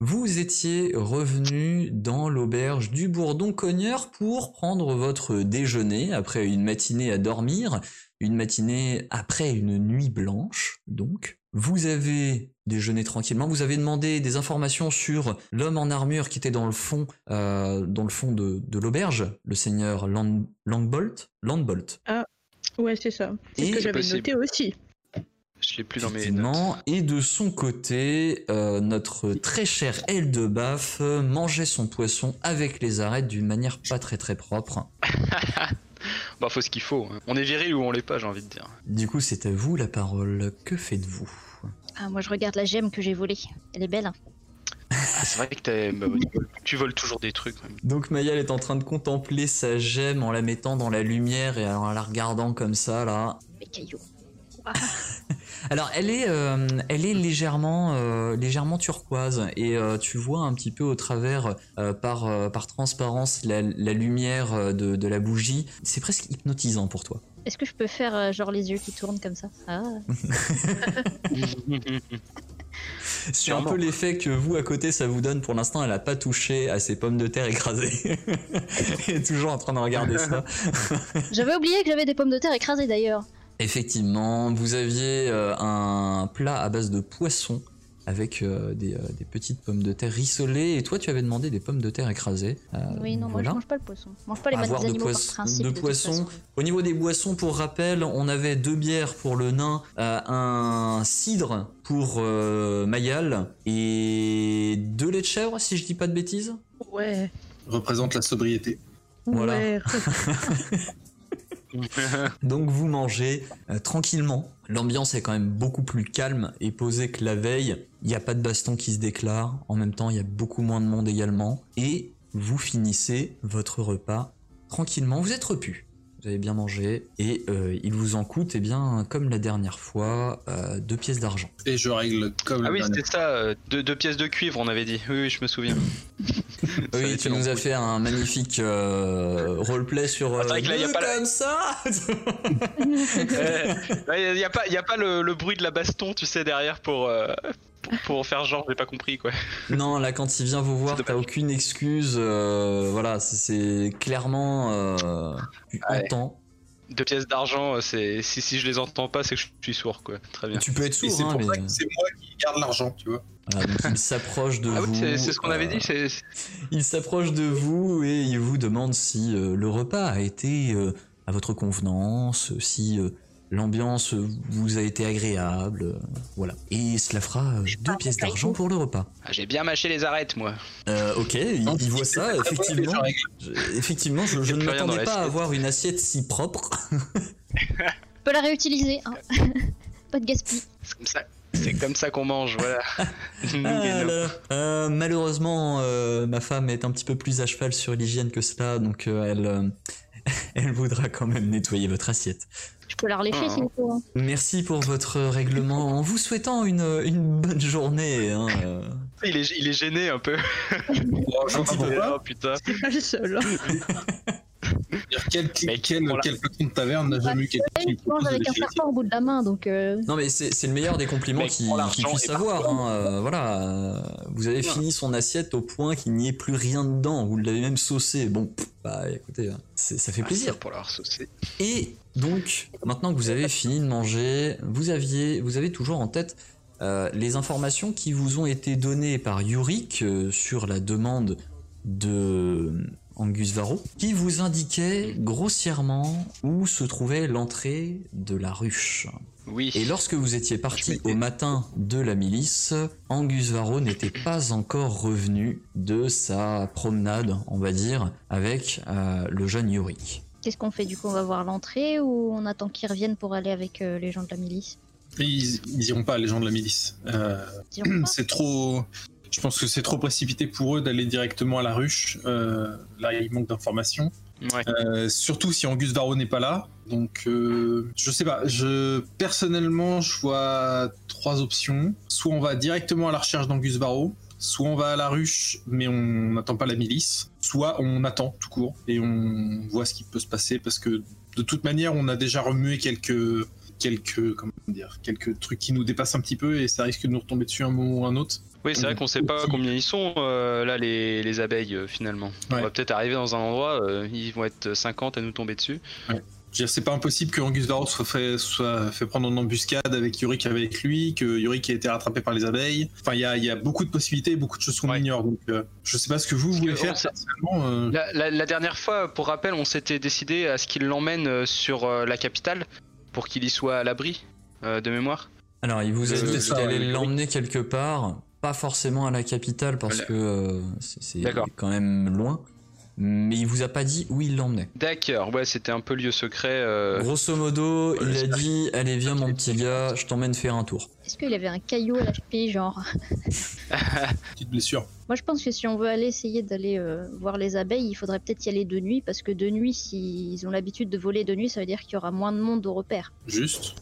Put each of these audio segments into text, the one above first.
Vous étiez revenu dans l'auberge du Bourdon Cogneur pour prendre votre déjeuner après une matinée à dormir, une matinée après une nuit blanche, donc. Vous avez déjeuné tranquillement, vous avez demandé des informations sur l'homme en armure qui était dans le fond, euh, dans le fond de, de l'auberge, le seigneur Land- Langbolt, Landbolt. Ouais, c'est ça. C'est Et ce que j'avais possible. noté aussi. Je l'ai plus dans mes notes. Effectivement. Et de son côté, euh, notre très cher Eldebaf euh, mangeait son poisson avec les arêtes d'une manière pas très très propre. Bah faut ce qu'il faut. hein. On est viril ou on l'est pas, j'ai envie de dire. Du coup, c'est à vous la parole. Que faites-vous Ah, moi je regarde la gemme que j'ai volée. Elle est belle. hein, Ah, c'est vrai que t'es- bah, tu voles- tu voles toujours des trucs. même. Donc Mayal est en train de contempler sa gemme en la mettant dans la lumière et en la regardant comme ça là. Les cailloux. Alors elle est, euh, elle est légèrement, euh, légèrement turquoise et euh, tu vois un petit peu au travers euh, par, euh, par transparence la, la lumière euh, de, de la bougie. C'est presque hypnotisant pour toi. Est-ce que je peux faire euh, genre les yeux qui tournent comme ça Ah, C'est un Sûrement. peu l'effet que vous à côté ça vous donne. Pour l'instant, elle a pas touché à ses pommes de terre écrasées. elle est toujours en train de regarder ça. J'avais oublié que j'avais des pommes de terre écrasées d'ailleurs. Effectivement, vous aviez euh, un plat à base de poisson avec euh, des, euh, des petites pommes de terre rissolées. Et toi, tu avais demandé des pommes de terre écrasées. Euh, oui, non, moi voilà. je mange pas le poisson. Je mange pas les Avoir mains des de animaux poisson- par principe. de toute poisson. façon. Au niveau des boissons, pour rappel, on avait deux bières pour le nain, euh, un cidre pour euh, Mayal et deux laits de chèvre, si je dis pas de bêtises. Ouais. représente la sobriété. Voilà. Ouais. Donc vous mangez euh, tranquillement. L'ambiance est quand même beaucoup plus calme et posée que la veille. Il n'y a pas de baston qui se déclare. En même temps, il y a beaucoup moins de monde également. Et vous finissez votre repas tranquillement. Vous êtes repu. Vous avez bien mangé. Et euh, il vous en coûte, eh bien, comme la dernière fois, euh, deux pièces d'argent. Et je règle comme ah le oui, dernier. c'était ça. euh, Deux, deux pièces de cuivre, on avait dit. Oui, oui, je me souviens. Ça avait Oui, été tu nous long. as fait un magnifique euh, roleplay sur... c'est vrai que là, il y a deux pas la- comme ça Ouais, y a- y a pas, y a pas le, le bruit de la baston, tu sais, derrière pour euh, pour, pour faire genre j'ai pas compris quoi. Non, là, quand il vient vous voir, C'est t'as dommage. aucune excuse. euh, voilà, c'est- c'est clairement. Euh, tu Ouais. entends. Deux pièces d'argent, euh, c'est si, si je les entends pas, c'est que je suis sourd quoi. Très bien. Tu peux être Et sourd, c'est hein, pour mais. ça que c'est moi qui garde l'argent, tu vois. voilà, donc il s'approche de Ah vous. oui, c'est c'est ce qu'on avait euh, dit. C'est c'est- Il s'approche de vous et il vous demande si euh, le repas a été euh, à votre convenance, si euh, l'ambiance vous a été agréable. euh, voilà. Et cela fera euh, deux pièces d'argent pour le repas. Ah, j'ai bien mâché les arêtes moi. Euh, ok, il, Non, il voit c'est ça, très bon, mais effectivement. je règle. Je- effectivement, je, je Il y a ne plus rien dans m'attendais pas à l'assiette. avoir une assiette si propre. Je peux la réutiliser. hein. pas de gaspillage. C'est comme ça. C'est comme ça qu'on mange, voilà. Ah Mais non. là là. Euh, malheureusement, euh, ma femme est un petit peu plus à cheval sur l'hygiène que cela, donc euh, elle, euh, elle voudra quand même nettoyer votre assiette. Je peux la relécher Ah. s'il faut. hein. Merci pour votre règlement. En vous souhaitant une, une bonne journée. hein, euh. Il est, il est gêné un peu. Oh, je comprends pas. Oh, putain. C'est pas le seul. hein. C'est-à-dire, Quel, Mec, quel, quel, voilà. quel patron de taverne n'a Ouais, jamais eu quelqu'un Ouais, qui lui tu manges propose de avec un l'échelle serpent au bout de la main, donc euh, Non mais c'est c'est le meilleur des compliments Mec, qu'il prends qu'il l'argent puisse et avoir. hein, euh, voilà, euh, vous avez fini son assiette au point qu'il n'y ait plus rien dedans. Vous l'avez même saucé. Bon, pff, bah écoutez, hein, c'est- ça fait plaisir. pour leur saucer. Et donc, maintenant que vous avez fini de manger, vous, aviez, vous avez toujours en tête euh, les informations qui vous ont été données par Yurik euh, sur la demande de Angus Varro, qui vous indiquait grossièrement où se trouvait l'entrée de la ruche. Oui. Et lorsque vous étiez Je parti m'étais- au matin de la milice, Angus Varro n'était pas encore revenu de sa promenade, on va dire, avec euh, le jeune Yurik. qu'est-ce qu'on fait du coup On va voir l'entrée ou on attend qu'ils reviennent pour aller avec euh, les gens de la milice Et Ils, ils iront pas, les gens de la milice. Euh, Ils iront pas c'est trop. Je pense que c'est trop précipité pour eux d'aller directement à la ruche. Euh, là, il manque d'informations. Ouais. Euh, surtout si Angus Varro n'est pas là. Donc, euh, je sais pas. Je personnellement, je vois trois options. Soit on va directement à la recherche d'Angus Varro, soit on va à la ruche, mais on n'attend pas la milice, soit on attend tout court et on voit ce qui peut se passer parce que de toute manière, on a déjà remué quelques quelques comment dire quelques trucs qui nous dépassent un petit peu et ça risque de nous retomber dessus un moment ou un autre. Oui, c'est vrai qu'on sait pas combien ils sont, euh, là, les, les abeilles, euh, finalement. On Ouais. va peut-être arriver dans un endroit, euh, ils vont être 50 à nous tomber dessus. Je veux dire, c'est pas impossible que Angus Varro soit fait, soit fait prendre en embuscade avec Yorick avec lui, que Yorick a été rattrapé par les abeilles. Enfin, il y a, il y a beaucoup de possibilités, beaucoup de choses qu'on Ouais. ignore. Donc, euh, je sais pas ce que vous voulez que faire on sait- personnellement. euh, La, la- la dernière fois, pour rappel, on s'était décidé à ce qu'il l'emmène euh, sur euh, la capitale pour qu'il y soit à l'abri, euh, de mémoire. Alors, il vous a Euh, dit ça, qu'il allait ouais, l'emmener quelque part, pas forcément à la capitale parce Voilà. que euh, c'est c'est D'accord. quand même loin, mais il vous a pas dit où il l'emmenait. D'accord, ouais, c'était un peu lieu secret. euh, Grosso modo, euh, il a c'est- dit Allez, viens, mon petit gars, je t'emmène faire un tour. Est-ce qu'il avait un caillou à la cheville, genre Petite blessure. Moi, je pense que si on veut aller essayer d'aller euh, voir les abeilles, il faudrait peut-être y aller de nuit, parce que de nuit, s'ils ont l'habitude de voler de nuit, ça veut dire qu'il y aura moins de monde au repère. Juste.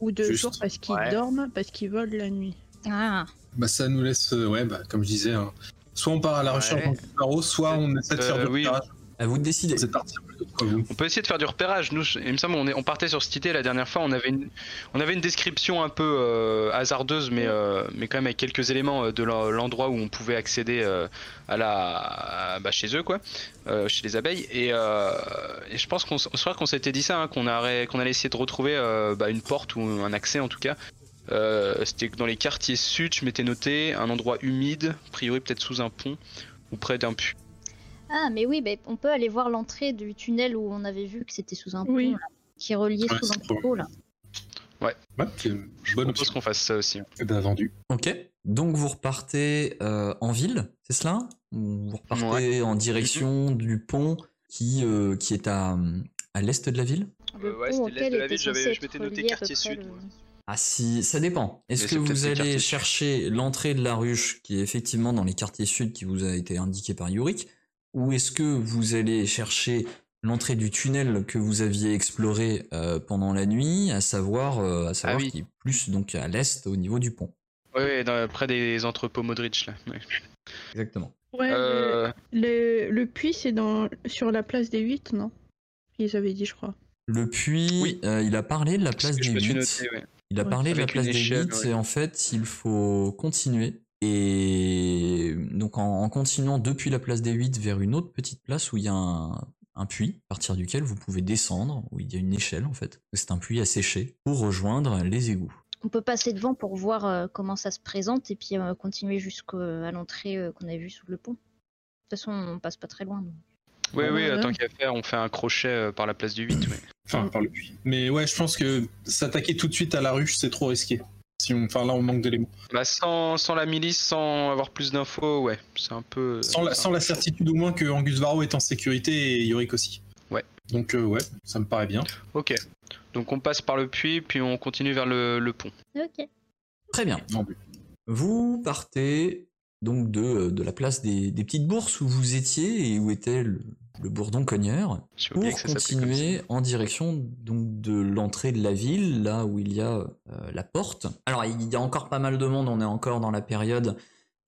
Ou deux Juste. jours parce qu'ils Ouais. dorment, parce qu'ils volent la nuit. Ah, Bah, ça nous laisse, euh, ouais, bah, comme je disais, hein, soit on part à la recherche Ouais. d'Angus Varro, soit on essaie de Euh, faire du oui. repérage. À vous de décider. C'est parti plutôt de quoi, vous. On peut essayer de faire du repérage. Nous, je- il me semble, on, est, on partait sur cette idée la dernière fois. On avait une, on avait une description un peu euh, hasardeuse, mais, euh, mais quand même avec quelques éléments euh, de l'en- l'endroit où on pouvait accéder euh, à la, à- bah, chez eux, quoi, euh, chez les abeilles. Et, euh, et je pense qu'on s- je crois qu'on s'était dit ça, hein, qu'on aurait- qu'on allait essayer de retrouver euh, bah, une porte ou un accès en tout cas. Euh, C'était que dans les quartiers sud, je m'étais noté un endroit humide, a priori peut-être sous un pont ou près d'un puits. ah mais oui, bah, on peut aller voir l'entrée du tunnel où on avait vu que c'était sous un pont, Oui. là, qui est relié Ouais, sous c'est l'entrepôt, là. Ouais, c'est une Je bonne propose option. qu'on fasse ça aussi. Eh ben, vendu. Ok. Donc vous repartez euh, en ville, c'est cela Ou Vous repartez en direction du pont qui, euh, qui est à, à l'est de la ville Le Euh, ouais, pont c'était l'est auquel de la était ville, j'avais- censé je m'étais être noté relié à quartier peu près sud, le- moi. Ah si, ça dépend. Est-ce Mais que c'est peut-être vous les allez quartiers. chercher l'entrée de la ruche qui est effectivement dans les quartiers sud qui vous a été indiqué par Yurik Ou est-ce que vous allez chercher l'entrée du tunnel que vous aviez exploré euh, pendant la nuit, à savoir, euh, à savoir Ah oui. qui est plus donc à l'est au niveau du pont Oui, ouais, dans- près des entrepôts Modric là. ouais. Exactement. Ouais, Euh, le, le puits, c'est dans sur la place des 8, non Ils avaient dit, je crois. Le puits, Oui. euh, il a parlé de la c'est ce place que des je me suis huit. noté, ouais. Il a Ouais. parlé de la Avec place une des échelle, huit, ouais. et en fait, il faut continuer. Et donc, en, en continuant depuis la place des 8 vers une autre petite place où il y a un, un puits, à partir duquel vous pouvez descendre, où il y a une échelle en fait. C'est un puits à sécher pour rejoindre les égouts. On peut passer devant pour voir euh, comment ça se présente et puis euh, continuer jusqu'à l'entrée euh, qu'on avait vue sous le pont. De toute façon, on passe pas très loin. donc. Oui, Ouais, oui, ouais. tant qu'à faire, on fait un crochet euh, par la place du 8. ouais. Enfin, par le puits. Mais ouais, je pense que s'attaquer tout de suite à la ruche, c'est trop risqué. Si on... Enfin, là, on manque d'éléments. Bah, sans, sans la milice, sans avoir plus d'infos, ouais. C'est un peu. euh, Sans c'est la, un sans peu la chaud. certitude au moins que Angus Varro est en sécurité et Yorick aussi. Ouais. Donc euh, ouais, ça me paraît bien. Ok. Donc on passe par le puits, puis on continue vers le, le pont. Ok. Très bien. Non, mais- Vous partez donc de, de la place des, des petites bourses où vous étiez et où était le, le bourdon cogneur J'ai pour oublié que ça s'appelait comme ça. continuer en direction donc de l'entrée de la ville, là où il y a euh, la porte. Alors il y a encore pas mal de monde, on est encore dans la période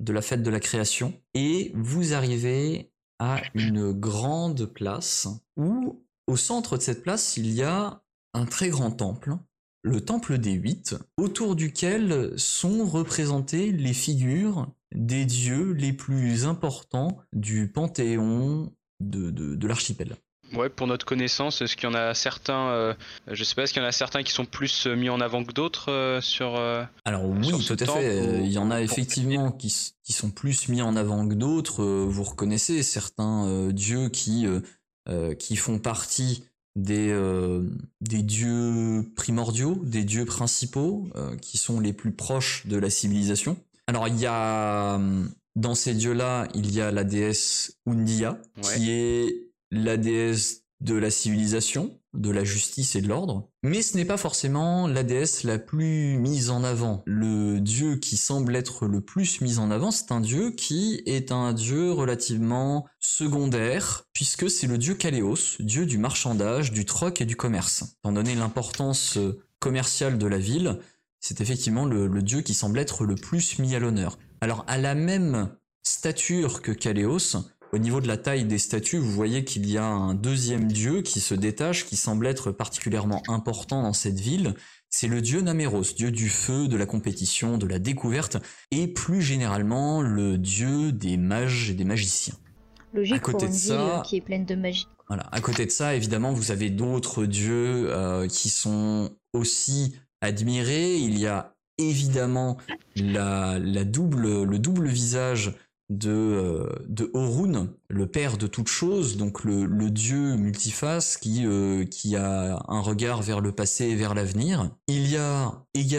de la fête de la création, et vous arrivez à une grande place où, au centre de cette place, il y a un très grand temple, le temple des huit, autour duquel sont représentées les figures des dieux les plus importants du panthéon de- de- de l'archipel. Ouais, pour notre connaissance, est-ce qu'il y en a certains. euh, je sais pas, est-ce qu'il y en a certains qui sont plus euh, mis en avant que d'autres euh, sur. euh, Alors oui, sur ce tout à temple fait. euh, ou- Il y en a pour effectivement qui, s- qui sont plus mis en avant que d'autres. euh, Vous reconnaissez certains euh, dieux qui, euh, euh, qui font partie des, euh, des dieux primordiaux, des dieux principaux, euh, qui sont les plus proches de la civilisation. Alors il y a hum, dans ces dieux-là, il y a la déesse Undia, Ouais. qui est la déesse de la civilisation, de la justice et de l'ordre. Mais ce n'est pas forcément la déesse la plus mise en avant. Le dieu qui semble être le plus mis en avant, c'est un dieu qui est un dieu relativement secondaire, puisque c'est le dieu Kaléos, dieu du marchandage, du troc et du commerce. Étant donné l'importance commerciale de la ville, c'est effectivement le, le dieu qui semble être le plus mis à l'honneur. Alors à la même stature que Kaléos, au niveau de la taille des statues, vous voyez qu'il y a un deuxième dieu qui se détache, qui semble être particulièrement important dans cette ville. C'est le dieu Naméros, dieu du feu, de la compétition, de la découverte, et plus généralement le dieu des mages et des magiciens. Logique À côté pour de une ça- ville euh, qui est pleine de magie. Voilà. À côté de ça, évidemment, vous avez d'autres dieux euh, qui sont aussi admirés. Il y a évidemment la, la double, le double visage de, euh, de Horun, le père de toute chose, donc le, le dieu multiface qui, euh, qui a un regard vers le passé et vers l'avenir. Il y a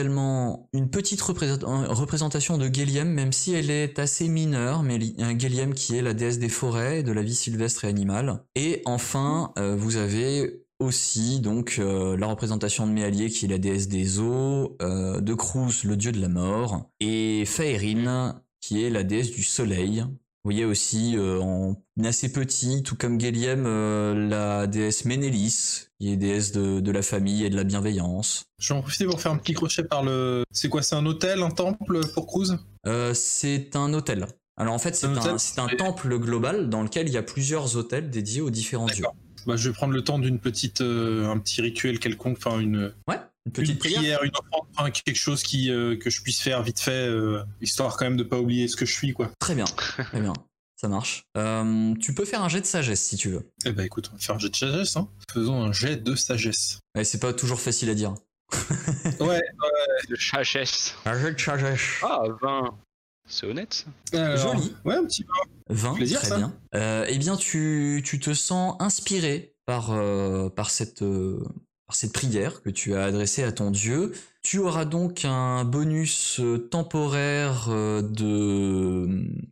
également une petite représent- euh, représentation de Géliam, même si elle est assez mineure, mais li- un Géliam qui est la déesse des forêts, et de la vie sylvestre et animale. Et enfin, euh, vous avez aussi donc euh, la représentation de Méalier qui est la déesse des eaux, euh, de Crous, le dieu de la mort, et Faerine qui est la déesse du soleil. Vous voyez aussi euh, en assez petit, tout comme Géliem, euh, la déesse Ménélis, qui est déesse de, de la famille et de la bienveillance. Je vais en profiter pour faire un petit crochet par le. C'est quoi C'est un hôtel, un temple pour Cruz Euh, c'est un hôtel. Alors en fait, c'est Un un, hôtel c'est un temple global dans lequel il y a plusieurs hôtels dédiés aux différents dieux. D'accord. Bah, je vais prendre le temps d'une petite, euh, un petit rituel quelconque, enfin une, Ouais, une une petite prière, prière. une offrande, enfin, quelque chose qui euh, que je puisse faire vite fait, euh, histoire quand même de pas oublier ce que je suis, quoi. Très bien, très bien. Ça marche. Euh, tu peux faire un jet de sagesse si tu veux. Eh bah écoute, on va faire un jet de sagesse. Hein. Faisons un jet de sagesse. Et c'est pas toujours facile à dire. Ouais. De chachesse. Un jet de sagesse. Ah, 20. C'est honnête ça. alors, Joli. Ouais, un petit peu. 20, Plaisir, très ça. bien. Euh, eh bien, tu, tu te sens inspiré par, euh, par, cette, euh, par cette prière que tu as adressée à ton Dieu. Tu auras donc un bonus euh, temporaire euh, de,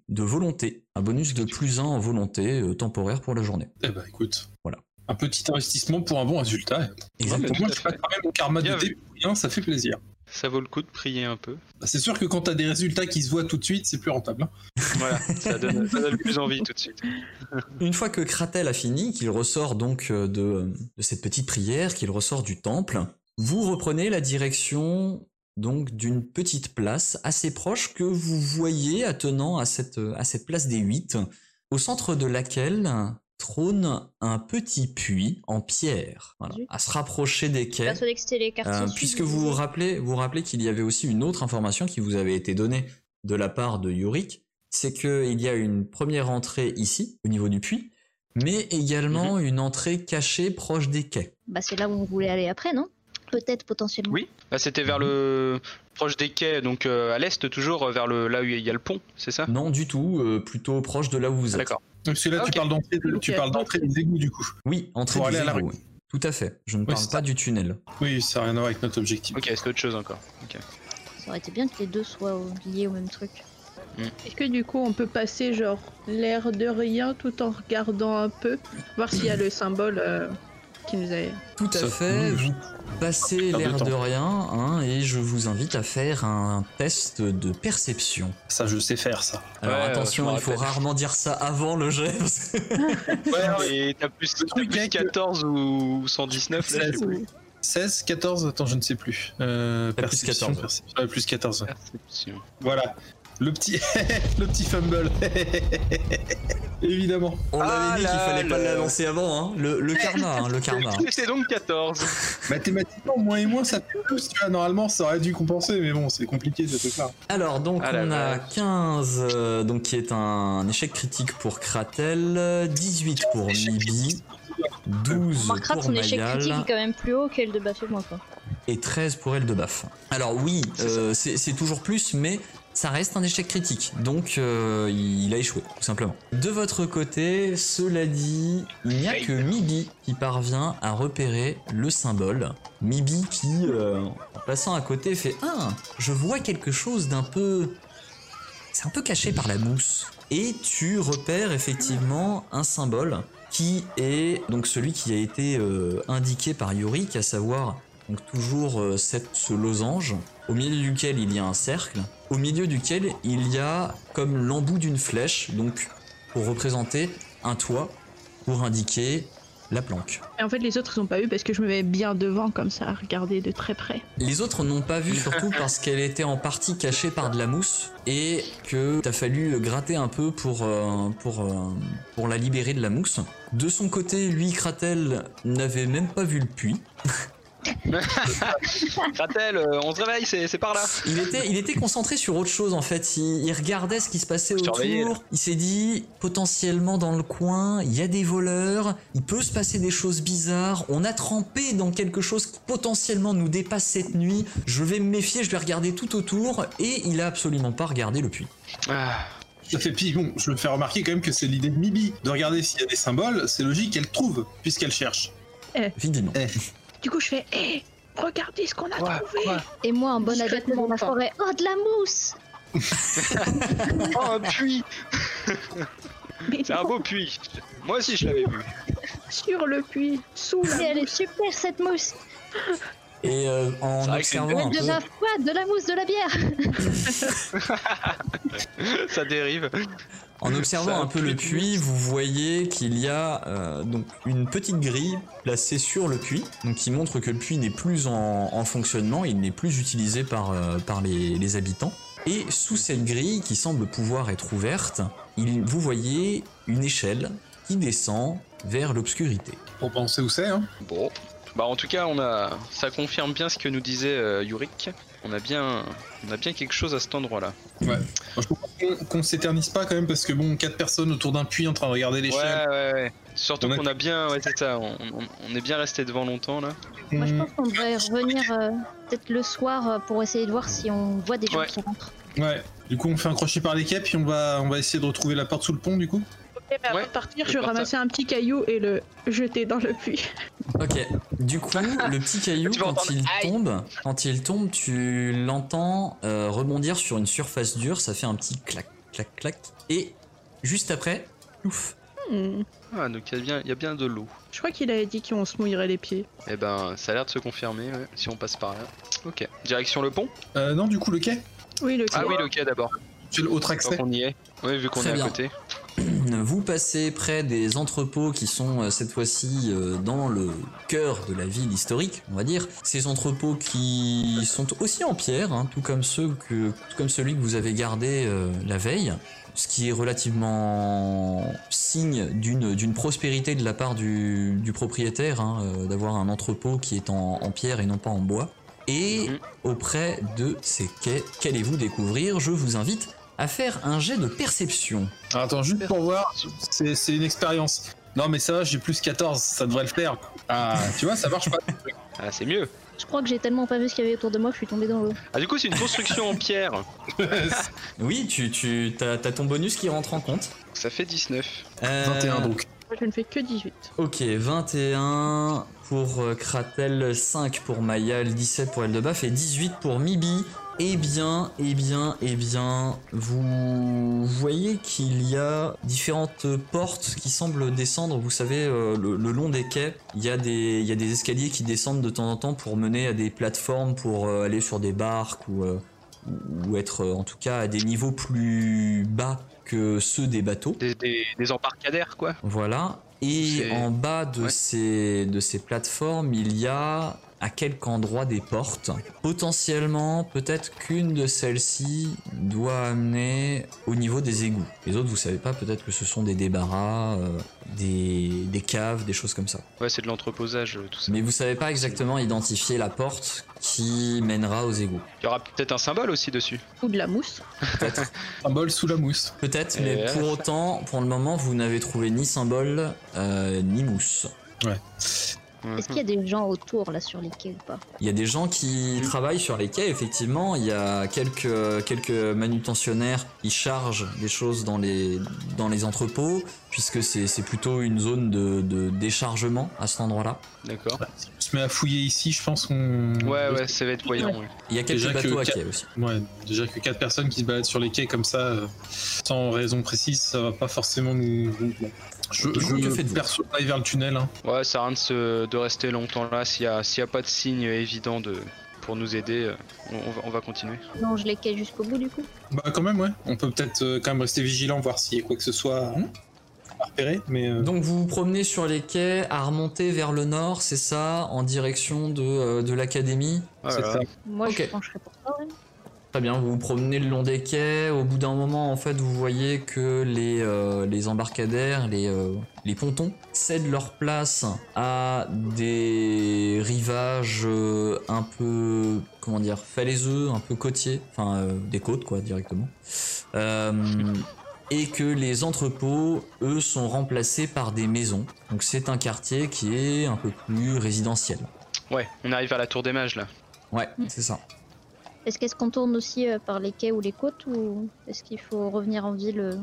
de volonté, un bonus de plus 1 en volonté euh, temporaire pour la journée. Eh bah écoute. Voilà. Un petit investissement pour un bon résultat. mais Pour tout moi, à je passe fait. quand même mon karma Bien de dé pour rien, ça fait plaisir. Ça vaut le coup de prier un peu. Bah, C'est sûr que quand t'as des résultats qui se voient tout de suite, c'est plus rentable. hein. Voilà, ça donne, ça donne plus envie tout de suite. Une fois que Kratel a fini, qu'il ressort donc euh, de, euh, de cette petite prière, qu'il ressort du temple, vous reprenez la direction donc d'une petite place assez proche que vous voyez attenant à cette, euh, à cette place des huit, au centre de laquelle trône un petit puits en pierre, voilà, à se rapprocher Je suis desquels. persuadée que c'était les quartiers. Euh, sud, puisque vous vous rappelez, vous vous rappelez qu'il y avait aussi une autre information qui vous avait été donnée de la part de Yurik, c'est qu'il y a une première entrée ici, au niveau du puits, mais également Mhm. une entrée cachée proche des quais. Bah, c'est là où on voulait aller après, non Peut-être potentiellement. Oui. Là, Bah, c'était vers Mhm. le. proche des quais, donc euh, à l'est toujours, vers le là où il y a le pont, c'est ça Non du tout, euh, plutôt proche de là où vous Ah, êtes. D'accord. Parce que là, Ah, ok. tu parles d'entrée, de- tu Ok. parles d'entrée des égouts du coup. oui, entrée Pour des aller à la égouts, oui. Tout à fait. Je ne parle c'est pas du tunnel. Oui, ça n'a rien à voir avec notre objectif. Ok, c'est autre chose encore. Ça aurait été bien que les deux soient euh, liés au même truc. Est-ce que du coup on peut passer genre l'air de rien tout en regardant un peu, voir s'il y a le symbole euh, qui nous a. Tout à Ça- fait. oui, je- Vous passez Pas de l'air de temps. rien, hein, et je vous invite à faire un test de perception. Ça, je sais faire ça. Alors Ouais, euh, je attention, me il faut rappelle. rarement dire ça avant le jet. parce que- Et t'as plus, t'as truc plus est que- 14 ou 119 là, je sais 16, plus. 16, 14, attends, je ne sais plus. Euh, T'as plus perception, 14. perception. Ouais, plus 14. ouais. Perception. Voilà. Le petit, le petit fumble. Évidemment. On Ah avait dit qu'il là fallait pas là. l'annoncer avant, hein. Le, le karma, hein, le karma. C'était donc 14. Mathématiquement, moins et moins, ça fait plus, tu vois. Normalement, ça aurait dû compenser, mais bon, c'est compliqué ce truc-là. Alors donc Ah la on a vache. 15, euh, donc qui est un échec critique pour Kratel, euh, 18 pour Mibi, 12 Remarquera que pour son échec critique est Mayal quand même plus haut qu'elle de Baffelmoin, quoi. et 13 pour elle de Baf. Alors oui, euh, c'est c'est toujours plus, mais ça reste un échec critique, donc euh, il a échoué, tout simplement. De votre côté, cela dit, il n'y a que Mibi qui parvient à repérer le symbole. Mibi qui, euh, en passant à côté, fait « Ah, je vois quelque chose d'un peu... C'est un peu caché par la mousse. » Et tu repères effectivement un symbole qui est donc celui qui a été euh, indiqué par Yorick, à savoir donc toujours euh, cette, ce losange, au milieu duquel il y a un cercle, au milieu duquel il y a comme l'embout d'une flèche, donc pour représenter un toit, pour indiquer la planque. Et en fait, les autres, ils ont pas eu parce que je me mets bien devant comme ça à regarder de très près. Les autres n'ont pas vu surtout parce qu'elle était en partie cachée par de la mousse et que t'as fallu gratter un peu pour, euh, pour, euh, pour la libérer de la mousse. De son côté, lui, Kratel, n'avait même pas vu le puits. Kratel, euh, on se réveille, c'est c'est par là. Il était, il était concentré sur autre chose en fait. Il, il regardait ce qui se passait Je surveillais, autour. Il s'est dit potentiellement dans le coin, il y a des voleurs, il peut se passer des choses bizarres. On a trempé dans quelque chose qui potentiellement nous dépasse cette nuit. Je vais me méfier, je vais regarder tout autour. Et il a absolument pas regardé le puits. Ah, Ça fait puis bon, je me fais remarquer quand même que c'est l'idée de Mibi de regarder s'il y a des symboles. C'est logique qu'elle trouve puisqu'elle cherche. Évidemment. Du coup, je fais Hé, regardez ce qu'on a quoi, trouvé quoi Et moi, un bon adepte Discrètement dans la pas. forêt. Oh, de la mousse Oh, un puits Mais C'est un beau puits Moi aussi, je l'avais vu. sur le puits, sous Et la elle est mousse. super cette mousse Et euh, en C'est vrai que c'est une observant un De peu, la froide, de la mousse, de la bière Ça dérive. En Ça observant a un peu le plus de puits, vous voyez qu'il y a euh, donc une petite grille placée sur le puits, donc qui montre que le puits n'est plus en, en fonctionnement, il n'est plus utilisé par, euh, par les, les habitants. Et sous cette grille, qui semble pouvoir être ouverte, il, vous voyez une échelle qui descend vers l'obscurité. Pour penser où c'est, hein. Bon. Bah en tout cas, on a, ça confirme bien ce que nous disait euh, Yurik. On a bien, on a bien quelque chose à cet endroit-là. Moi, je propose qu'on- qu'on s'éternise pas quand même parce que bon, quatre personnes autour d'un puits en train de regarder Ouais, l'échelle. ouais, ouais. Surtout On a- qu'on a bien, ouais, c'est ça. On, on- on est bien resté devant longtemps là. Moi, je Hmm, pense qu'on devrait revenir euh, peut-être le soir euh, pour essayer de voir si on voit des gens Ouais. qui rentrent. ouais. Du coup, on fait un crochet par les capes puis on va, on va essayer de retrouver la porte sous le pont. Du coup, Ok, mais Eh ben, avant Ouais, de partir, je je pars ça. ramassais un petit caillou et le jetais dans le puits. Ok, du coup, le petit caillou, Tu vas quand entendre il aïe. tombe, quand il tombe, tu l'entends euh, rebondir sur une surface dure, ça fait un petit clac, clac, clac, et juste après, ouf, Hmm. Ah, donc il y a bien, il y a bien de l'eau. Je crois qu'il avait dit qu'on se mouillerait les pieds. Eh ben, ça a l'air de se confirmer ouais, si on passe par là. Ok. Direction le pont. euh, non, du coup, le quai. Oui, le Ah caillou. oui, le quai d'abord. C'est l'autre Tant accès. qu'on y est. Oui, vu qu'on Très est bien. à côté. Vous passez près des entrepôts qui sont euh, cette fois-ci euh, dans le cœur de la ville historique, on va dire. Ces entrepôts qui sont aussi en pierre, hein, tout comme ceux que, tout comme celui que vous avez gardé euh, la veille, ce qui est relativement signe d'une d'une prospérité de la part du, du propriétaire, hein, euh, d'avoir un entrepôt qui est en, en pierre et non pas en bois. Et Mhm. auprès de ces quais, qu'allez-vous découvrir Je vous invite à faire un jet de perception. Alors, attends, juste pour voir, c'est c'est une expérience. Non, mais ça va, j'ai plus 14, ça devrait le faire. Ah, tu vois, ça marche pas. Ah, c'est mieux. Je crois que j'ai tellement pas vu ce qu'il y avait autour de moi que je suis tombée dans l'eau. Ah, du coup, c'est une construction en pierre. Oui, tu, tu as, ton bonus qui rentre en compte. Ça fait 19. Euh, 21 donc. Moi, je ne fais que 18. Ok, 21 pour euh, Kratel, 5 pour Mayal, 17 pour Eldebaf et 18 pour Mibi. Eh bien, eh bien, eh bien, vous voyez qu'il y a différentes portes qui semblent descendre, vous savez, euh, le, le long des quais. Il y, a des, il y a des escaliers qui descendent de temps en temps pour mener à des plateformes, pour euh, aller sur des barques ou, euh, ou être euh, en tout cas à des niveaux plus bas que ceux des bateaux. Des, des, des embarcadères, quoi. Voilà. Et C'est- en bas de, Ouais. ces, de ces plateformes, il y a à quelque endroit des portes. Potentiellement, peut-être qu'une de celles-ci doit amener au niveau des égouts. Les autres, vous savez pas, peut-être que ce sont des débarras, euh, des, des caves, des choses comme ça. Ouais, c'est de l'entreposage, euh, tout ça. Mais vous savez pas exactement identifier la porte qui mènera aux égouts. Il y aura peut-être un symbole aussi dessus. Ou de la mousse. Un bol sous la mousse. Peut-être, Et mais voilà. pour autant, pour le moment, vous n'avez trouvé ni symbole, euh, ni mousse. Mhm. Est-ce qu'il y a des gens autour là sur les quais ou pas Il y a des gens qui Mhm. travaillent sur les quais, effectivement. Il y a quelques, quelques manutentionnaires qui chargent des choses dans les, dans les entrepôts, puisque c'est c'est plutôt une zone de, de déchargement à cet endroit-là. D'accord. On se met à fouiller ici, je pense qu'on. Ouais, ouais, ça va être voyant. ouais. Il y a quelques Déjà que bateaux à quatre- quai aussi. Ouais, déjà que quatre personnes qui se baladent sur les quais comme ça, euh, sans raison précise, ça va pas forcément nous. Je, Ok, je que me faites-vous perso d'aller vers le tunnel. hein. Ouais, ça rien de, se- de rester longtemps là. S'il y a, s'il y a pas de signe évident de, pour nous aider, euh, on, on va, on va continuer. Non, je les quai jusqu'au bout du coup. Bah quand même ouais. On peut peut-être euh, quand même rester vigilant, voir s'il y a quoi que ce soit Mhm. à repérer. Mais euh, Donc vous vous promenez sur les quais à remonter vers le nord, c'est ça, en direction de, euh, de l'académie Ah c'est là ça. là. Moi, Ok. je pencherais pour ça. ouais. Très bien, vous vous promenez le long des quais, au bout d'un moment en fait vous voyez que les, euh, les embarcadères, les, euh, les pontons cèdent leur place à des rivages euh, un peu, comment dire, falaiseux, un peu côtiers, enfin euh, des côtes quoi directement. Euh, et que les entrepôts, eux, sont remplacés par des maisons. Donc c'est un quartier qui est un peu plus résidentiel. Ouais, on arrive à la tour des mages là. Ouais, c'est ça. Est-ce qu'est-ce qu'on tourne aussi euh, par les quais ou les côtes ou est-ce qu'il faut revenir en ville euh,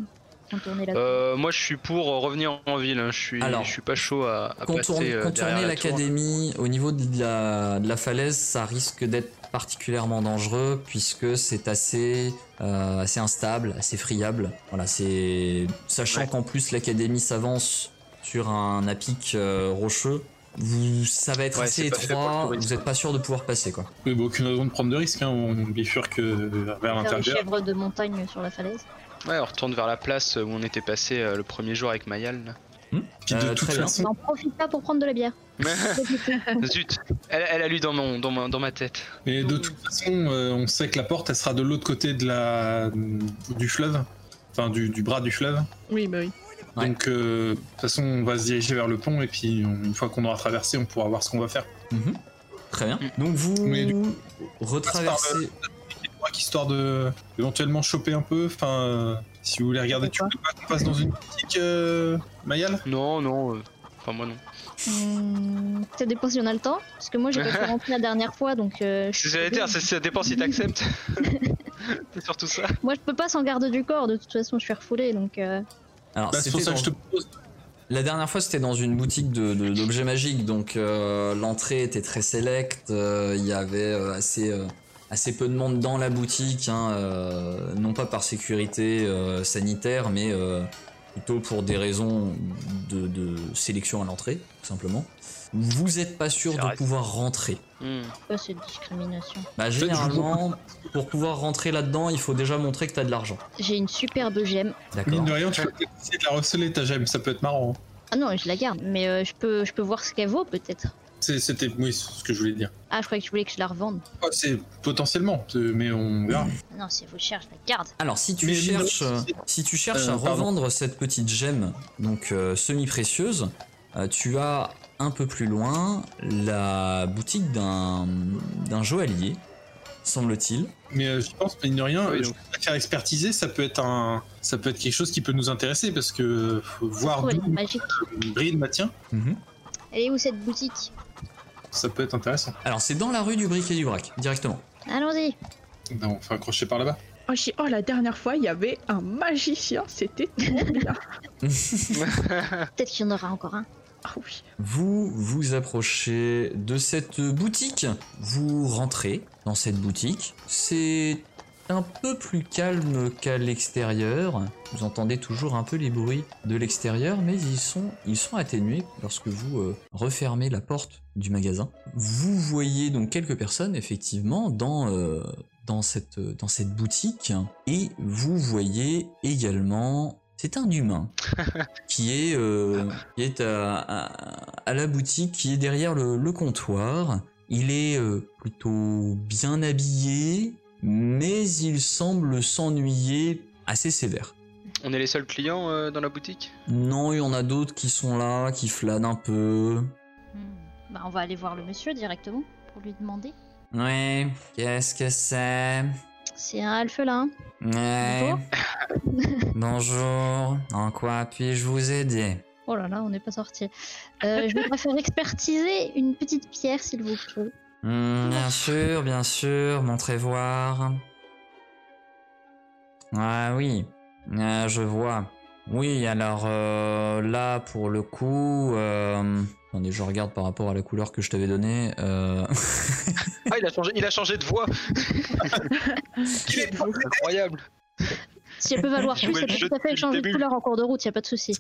contourner la côte Euh, moi, je suis pour euh, revenir en ville. hein. Je suis, Alors, je suis pas chaud à, à Contourne- passer euh, derrière contourner la tour. hein. l'académie au niveau de la, de la falaise, ça risque d'être particulièrement dangereux puisque c'est assez, euh, assez instable, assez friable. Voilà, c'est sachant Ouais. qu'en plus l'académie s'avance sur un apic euh, rocheux, vous, ça va être Ouais, assez c'est pas fait pour le étroit. tourisme. Vous n'êtes pas sûr de pouvoir passer quoi. oui, bah, aucune raison de prendre de risque. Hein. On bifurque euh, Faire vers des l'intérieur. chèvres de montagne sur la falaise. Ouais, on retourne vers la place où on était passé euh, le premier jour avec Mayal. là. Puis de Euh, toute très bien. façon, N'en profite pas pour prendre de la bière. Zut, elle, elle a lu dans, mon, dans, ma, dans ma tête. mais de toute façon, euh, on sait que la porte, elle sera de l'autre côté de la du fleuve, enfin du, du bras du fleuve. Oui, bah oui. Ouais. Donc euh, de toute façon, on va se diriger vers le pont et puis on- une fois qu'on aura traversé, on pourra voir ce qu'on va faire. Mhm. Très bien. Mm. Donc vous Mais du bah, retraversez. Histoire de éventuellement choper un peu. Enfin, euh, si vous voulez regarder, tu veux pas qu'on passe dans une boutique, euh, Mayal Non, non. euh, Enfin, moi non. Hmm, ça dépend si on a le temps. Parce que moi, j'ai pas pu rentrer la dernière fois, donc. euh, je- C'est ce que j'allais dire, c'est- ça dépend si t'acceptes. c'est surtout ça. Moi, je peux pas sans garde du corps. De toute façon, je suis refoulée, donc. euh, Alors Bah, C'est pour Ah, c'était ça que dans- je te propose. La dernière fois, c'était dans une boutique de- de- d'objets magiques, donc euh, l'entrée était très sélecte. euh, Il y avait euh, assez, euh, assez peu de monde dans la boutique, hein, euh, non pas par sécurité euh, sanitaire, mais euh, plutôt pour des raisons de, de sélection à l'entrée, tout simplement. Vous n'êtes pas sûr Ça de reste- pouvoir rentrer. Hmm. oh, cette discrimination. Bah, je vous généralement, pour pouvoir rentrer là-dedans, il faut déjà montrer que tu as de l'argent. J'ai une superbe gemme. D'accord. Mine de rien, tu peux peut-être essayer de la receler ta gemme, ça peut être marrant. hein. Ah non, je la garde, mais euh, je peux, je peux voir ce qu'elle vaut peut-être. C'est- C'était oui, c'est ce que je voulais dire. Ah, je croyais que tu voulais que je la revende. Ah, c'est potentiellement, c'est- mais on verra. Non, si elle vaut cher, je la garde. Alors si tu Mais non, cherches, euh, c'est- si tu cherches Euh, à pardon. revendre cette petite gemme, donc euh, semi-précieuse, euh, tu as un peu plus loin la boutique d'un d'un joaillier, semble-t-il. Mais euh, je pense, mine de rien, Oui, euh, donc. la faire expertiser, ça peut être un, ça peut être quelque chose qui peut nous intéresser parce que euh, faut voir Oh, elle d'où est magique. euh, brille le matin, Elle est où cette boutique ça peut être intéressant. Alors c'est dans la rue du Bric et du Brac, directement. Allons-y. Ben, on fait accrocher par là-bas. Oh, j'ai- oh, la dernière fois, il y avait un magicien, c'était trop bien. Peut-être qu'il y en aura encore un. Ah oui. Vous vous approchez de cette boutique, vous rentrez dans cette boutique. C'est un peu plus calme qu'à l'extérieur. Vous entendez toujours un peu les bruits de l'extérieur, mais ils sont, ils sont atténués lorsque vous euh, refermez la porte du magasin. Vous voyez donc quelques personnes effectivement dans, euh, dans, cette, dans cette boutique et vous voyez également... C'est un humain qui est, euh, qui est à, à- à la boutique, qui est derrière le, le comptoir. Il est euh, plutôt bien habillé, mais il semble s'ennuyer assez sévère. On est les seuls clients euh, dans la boutique Non, il y en a d'autres qui sont là, qui flânent un peu. Hmm. Bah, on va aller voir le monsieur directement pour lui demander. Ouais, qu'est-ce que c'est C'est un hein. alphelin. Ouais. Bonjour, en quoi puis-je vous aider Oh là là, on n'est pas sorti. Euh, je voudrais faire expertiser une petite pierre, s'il vous plaît. Hmm, bien sûr, bien sûr, montrez voir. Ah oui, euh, je vois. Oui, alors euh, là, pour le coup... Euh... Attendez, je regarde par rapport à la couleur que je t'avais donnée. euh, Ah, il a changé, il a changé de voix Quel beau. Incroyable Si elle peut valoir Je plus, jouais elle le peut jeu tout à fait depuis le changer de début. couleur en cours de route, y a pas de souci.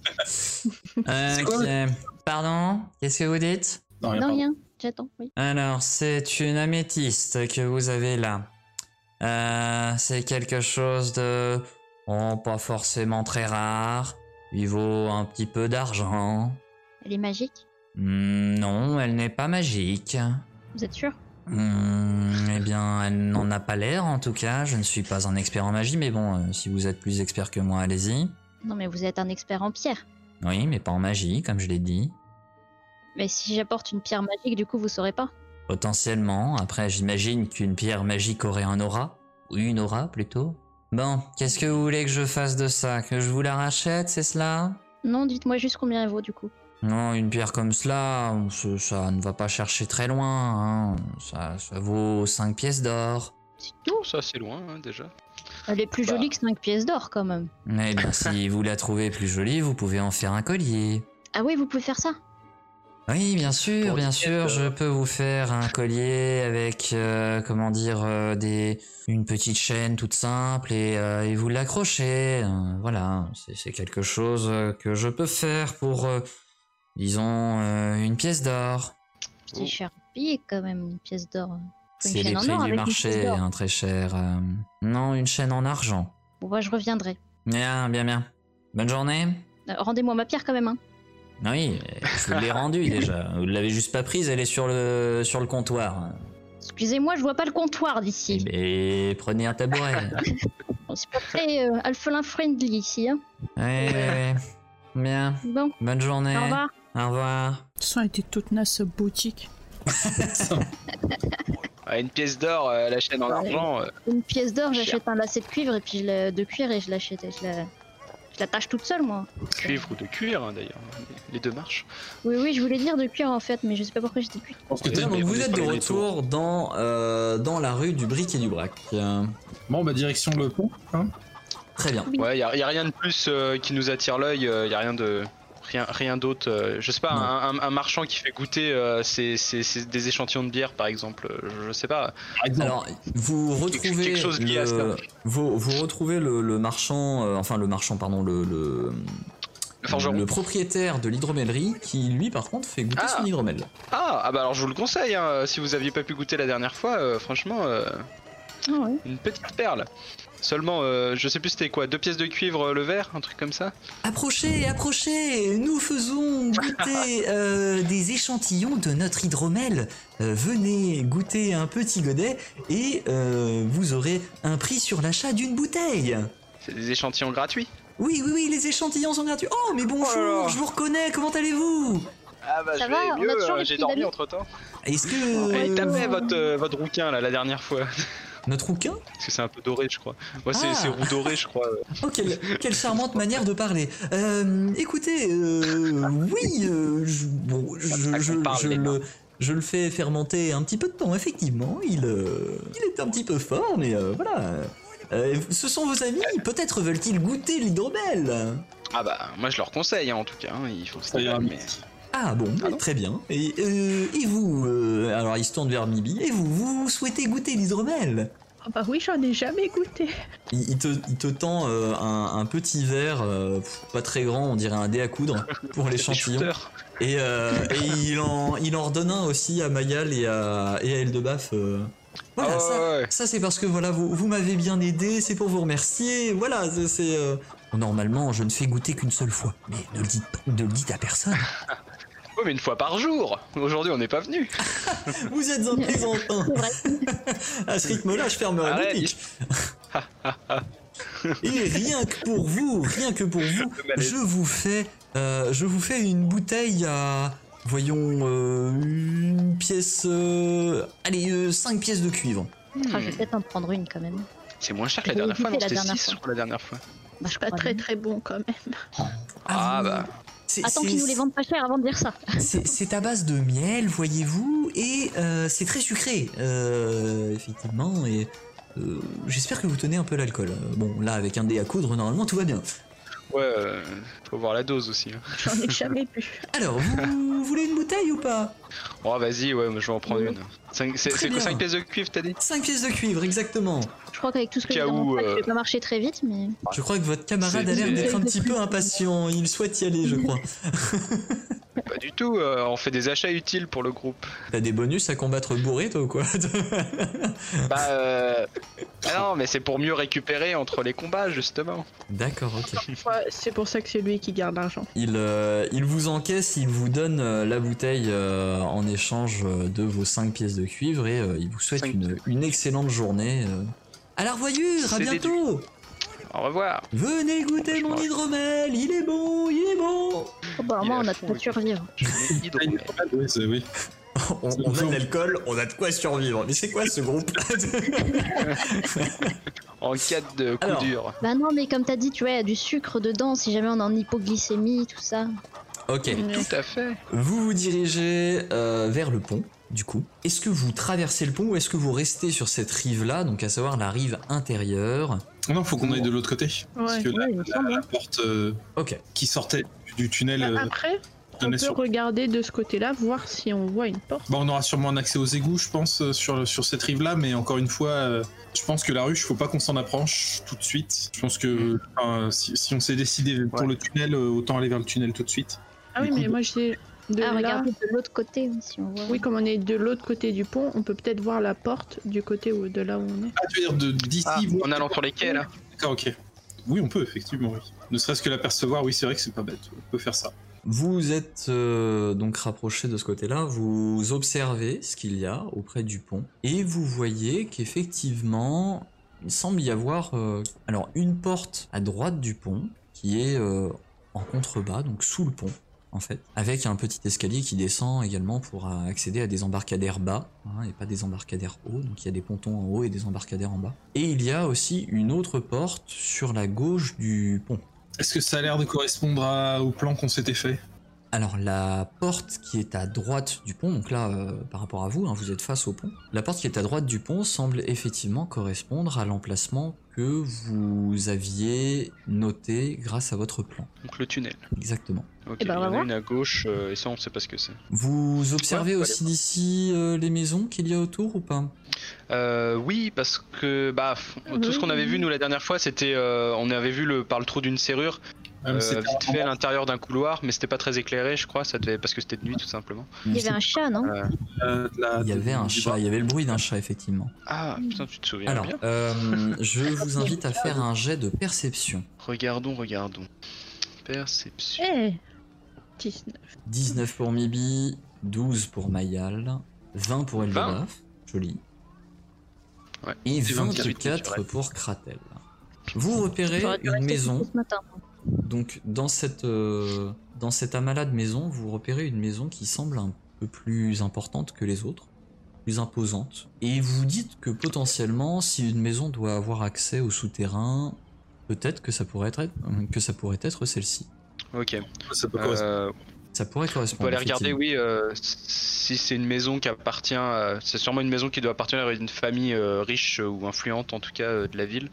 Euh, quoi, qui- Pardon Qu'est-ce que vous dites Non, rien. Non, pardon. rien, j'attends, oui. Alors, c'est une améthyste que vous avez là. Euh, c'est quelque chose de... Oh, pas forcément très rare. Il vaut un petit peu d'argent. Elle est magique, Hmm, non, elle n'est pas magique. vous êtes sûr Hmm, eh bien, elle n'en a pas l'air en tout cas. Je ne suis pas un expert en magie, mais bon, euh, si vous êtes plus expert que moi, allez-y. Non, mais vous êtes un expert en pierre. Oui, mais pas en magie, comme je l'ai dit. Mais si j'apporte une pierre magique, du coup, vous saurez pas. Potentiellement. Après, j'imagine qu'une pierre magique aurait un aura. Ou une aura, plutôt. Bon, qu'est-ce que vous voulez que je fasse de ça Que je vous la rachète, c'est cela Non, dites-moi juste combien elle vaut, du coup. Non, une pierre comme cela, on se- ça ne va pas chercher très loin. hein. Ça, ça vaut 5 pièces d'or. C'est Oh, tout. ça c'est loin hein, déjà. Elle est plus Bah. jolie que 5 pièces d'or, quand même. Mais Eh bien, si vous la trouvez plus jolie, vous pouvez en faire un collier. Ah oui, vous pouvez faire ça Oh. Oui, bien sûr, Pour bien une sûr, pièce, je peux vous faire un collier avec, euh, comment dire, euh, des, une petite chaîne toute simple et, euh, et vous l'accrochez. Euh, voilà, c'est- c'est quelque chose euh, que je peux faire pour, euh, disons, euh, une pièce d'or. C'est cher payé, quand même, une pièce d'or. Faut une C'est les chaîne en prix or du avec une pièce marché, d'or. hein, très cher. euh. non, une chaîne en argent. Bon, bah, je reviendrai. Bien, bien, bien. Bonne journée. Euh, Rendez-moi ma pierre, quand même, hein. Oui, je vous l'ai rendue déjà. Vous l'avez juste pas prise, elle est sur le, sur le comptoir. Excusez-moi, je vois pas le comptoir Eh d'ici. ben. Et prenez un tabouret. Bon, C'est pas très euh, alphelin friendly ici, hein. Ouais, ouais, ouais. Bien. Bon, Bonne journée. au revoir. Au revoir. toute façon, elle était toute naze, cette boutique. Ah, une pièce d'or, euh, la chaîne en Ouais. argent. euh, Une pièce d'or, Cher. j'achète un lacet de cuivre et puis je la- de cuir et je l'achète. Je la... je l'attache toute seule, moi. de cuivre ou de cuir hein, d'ailleurs. Les deux marches. Oui, oui, je voulais dire de cuir en fait, mais je sais pas pourquoi j'ai dit cuir. Je pense que t'as Bien, dit- mais- vous on est êtes pas de les retour dans, euh, dans la rue du Bric et du Brac. Euh, Bon, bah, direction le pont. hein. très bien. Oui. Ouais, y a, y a rien de plus euh, qui nous attire l'œil. euh, y a rien de rien, rien d'autre. euh, je sais pas, Non. un, un- un marchand qui fait goûter euh, ses- ses- ses- des échantillons de bière par exemple. euh, Je, je sais pas. Par exemple. Alors, vous retrouvez quelque chose lié à le, cela. vous, vous retrouvez le, le marchand, euh, enfin le marchand, pardon, le, le, Le forgeron. le propriétaire de l'hydromellerie qui, lui, par contre, fait goûter Ah. son hydromel. Ah, ah bah alors je vous le conseille. hein, si vous aviez pas pu goûter la dernière fois, euh, franchement, euh, Ah ouais. une petite perle. Seulement, euh, je sais plus c'était quoi, deux pièces de cuivre euh, le verre, un truc comme ça. Approchez, approchez Nous faisons goûter euh, des échantillons de notre hydromel. Euh, venez goûter un petit godet et euh, vous aurez un prix sur l'achat d'une bouteille. C'est des échantillons gratuits. Oui, oui, oui, les échantillons sont gratuits. Oh, mais bonjour, là là. je vous reconnais, comment allez-vous Ah bah Ça je va, vais on a mieux, toujours euh, les j'ai j'ai petits dormi dormi amis. entre temps. Est-ce que Et euh, tapez votre euh, votre rouquin là la dernière fois, notre rouquin parce que c'est un peu doré je crois. Moi c'est Ah. c'est roux doré je crois. Oh, quelle, quelle charmante manière de parler. Euh, écoutez, euh, oui, euh, je, bon, je, Ça je- compare je les le, je le fais fermenter un petit peu de temps, effectivement. Il, euh, il est un petit peu fort, mais euh, voilà. Euh, ce sont vos amis, peut-être veulent-ils goûter l'hydromel Ah bah moi je leur conseille hein, en tout cas, hein, ils font Ça ira mieux. mais- Ah bon, très bien. Et, euh, et vous, euh, alors il se tourne vers Mibi, et vous, vous souhaitez goûter l'hydromel Ah bah oui, j'en ai jamais goûté. il, il te, il te tend euh, un, un petit verre, euh, pff, pas très grand, on dirait un dé à coudre, pour l'échantillon. shooters. Et, euh, et il, en, il en redonne un aussi à Mayal et à, et à Eldebaf. euh. Voilà, Ah ça, ouais, ouais. ça c'est parce que voilà, vous, vous m'avez bien aidé, c'est pour vous remercier. Voilà, c'est- c'est. euh, Normalement, je ne fais goûter qu'une seule fois, mais ne le dites, pas- ne le dites à personne. Ouais, mais une fois par jour. Aujourd'hui on n'est pas venu. Vous êtes un plaisantin. C'est vrai. À ce rythme-là, je fermerai la Arrête. boutique. Et rien que pour vous, rien que pour vous, je vous fais, euh, je vous fais une bouteille à, voyons, euh, une pièce, euh, allez, 5 pièces de cuivre. Ah, je vais peut-être en prendre une quand même. C'est moins cher que la J'avais dernière fois, non goûté la c'était 6 dernière je fois. crois la dernière fois. Bah, je Pas crois très bien. très bon quand même. Ah, vous- bah. c'est- Attends c'est- qu'ils nous les vendent pas cher avant de dire ça. C'est c'est à base de miel, voyez-vous, et euh, c'est très sucré, euh, effectivement, et euh, j'espère que vous tenez un peu l'alcool. Euh, Bon, là, avec un dé à coudre, normalement, tout va bien. Ouais, euh, faut voir la dose aussi. hein. J'en ai jamais bu. Alors, vous, vous voulez une bouteille ou pas Oh, vas-y, ouais, je vais en prendre une. Cinq- C'est Très c'est quoi bien. 5 pièces de cuivre, t'as dit 5 pièces de cuivre, exactement. Je crois qu'avec tout ce que Cas j'ai dans mon où, sac, euh, je vais pas marcher très vite, mais Je crois que votre camarade C'est- a l'air c'est- d'être un petit peu impatient. Il souhaite y aller, je crois. Pas du tout, euh, on fait des achats utiles pour le groupe. T'as des bonus à combattre bourré, toi, ou quoi Bah, euh... ah non, mais c'est pour mieux récupérer entre les combats, justement. D'accord, ok. Ouais, c'est pour ça que c'est lui qui garde l'argent. Il, euh, il vous encaisse, il vous donne euh, la bouteille euh, en échange euh, de vos 5 pièces de cuivre et euh, il vous souhaite Cinq une, une excellente journée. euh. À la revoyure, à C'est déduit. bientôt Au revoir. Venez goûter mon Franchement, ouais. hydromel, il est bon, il est bon oh, bah, au Il est moins, à on a de fond, quoi lui. survivre. Je mets hydromel. Oui, c'est- oui. On, on a de l'alcool, on a de quoi survivre. Mais c'est quoi ce groupe En cas de coup Alors. dur. Bah non, mais comme t'as dit, tu vois, il y a du sucre dedans si jamais on est en hypoglycémie, tout ça. Ok, Mais Tout à fait. vous vous dirigez euh, vers le pont, du coup. Est-ce que vous traversez le pont ou est-ce que vous restez sur cette rive-là, donc à savoir la rive intérieure Non, faut qu'on aille de l'autre côté. Parce Ouais. que là, Ouais, il me la, semble, la porte euh, Ok. qui sortait du tunnel. euh, Après, Ah, on donnait peut sur- regarder de ce côté-là, voir si on voit une porte. Bah, on aura sûrement un accès aux égouts, je pense, euh, sur, sur cette rive-là, mais encore une fois, euh, je pense que la ruche, faut pas qu'on s'en approche tout de suite. Je pense que enfin, si, si on s'est décidé pour Ouais. le tunnel, euh, autant aller vers le tunnel tout de suite. Ah oui, Du coup, mais moi j'ai de Ah, là- regardez de l'autre côté si on voit. Oui, comme on est de l'autre côté du pont, on peut peut-être voir la porte du côté où, de là où on est. Ah, tu veux dire de- d'ici Ah, voir- en allant pour les quais, là. D'accord, ok. Oui, on peut, effectivement, oui. Ne serait-ce que l'apercevoir, oui, c'est vrai que c'est pas bête. On peut faire ça. Vous êtes euh, donc rapproché de ce côté-là, vous observez ce qu'il y a auprès du pont et vous voyez qu'effectivement, il semble y avoir euh, alors une porte à droite du pont qui est euh, en contrebas, donc sous le pont en fait, avec un petit escalier qui descend également pour euh, accéder à des embarcadères bas hein, et pas des embarcadères hauts, donc il y a des pontons en haut et des embarcadères en bas. Et il y a aussi une autre porte sur la gauche du pont. Est-ce que ça a l'air de correspondre à- au plan qu'on s'était fait Alors la porte qui est à droite du pont, donc là euh, par rapport à vous, hein, vous êtes face au pont, la porte qui est à droite du pont semble effectivement correspondre à l'emplacement que vous aviez noté grâce à votre plan. Donc le tunnel. Exactement. Ok, Eh ben, il y on va en a voir. une à gauche euh, et ça, on sait pas ce que c'est. Vous observez Ouais, faut aussi d'ici euh, les maisons qu'il y a autour ou pas Euh, oui, parce que bah f- Ah tout ce qu'on avait vu nous la dernière fois, c'était euh, on avait vu le par le trou d'une serrure, Ah, mais euh, c'était vite un- fait à l'intérieur d'un couloir, mais c'était pas très éclairé, je crois, ça devait parce que c'était de nuit tout simplement. Il y avait un chat, non euh, de la- Il y de- avait un du chat, bras. il y avait le bruit d'un chat effectivement. Ah putain, tu te souviens Alors, bien euh, je vous invite à faire un jet de perception. Regardons, regardons. Perception. Eh 19. 19 pour Mibi, 12 pour Mayal, 20 pour Eldebaf, joli. Ouais. Et Et 24 pour Kratel. Vous repérez J'aurais dû une rester maison, couché Ce matin. donc dans cette, euh, dans cette amalade maison, vous repérez une maison qui semble un peu plus importante que les autres, plus imposante. Et vous dites que potentiellement, si une maison doit avoir accès au souterrain, peut-être que ça pourrait être, que ça pourrait être celle-ci. Ok. Ça peut correspondre. Euh, Ça pourrait on peut correspondre. aller regarder, effectivement. oui, euh, si c'est une maison qui appartient, à- c'est sûrement une maison qui doit appartenir à une famille euh, riche euh, ou influente en tout cas euh, de la ville.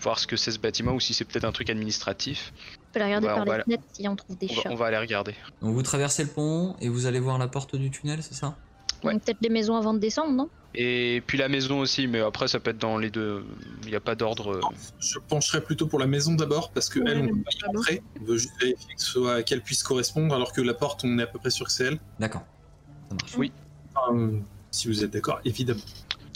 Voir ce que c'est ce bâtiment ou si c'est peut-être un truc administratif. On peut la regarder On va- Bah, on par va les la- fenêtres si on trouve des On va- chats. on va aller regarder. Donc vous traversez le pont et vous allez voir la porte du tunnel, c'est ça ouais. Donc, Peut-être les maisons avant de descendre, non Et puis la maison aussi, mais après ça peut être dans les deux. Il n'y a pas d'ordre. euh, Je pencherais plutôt pour la maison d'abord, parce que Ouais, elle, on la peut maison pas y d'abord. entrer. On veut juste vérifier que ce soit- qu'elle puisse correspondre, alors que la porte, on est à peu près sûr que c'est elle. D'accord. Ça marche. Oui. Enfin, euh, si vous êtes d'accord, évidemment.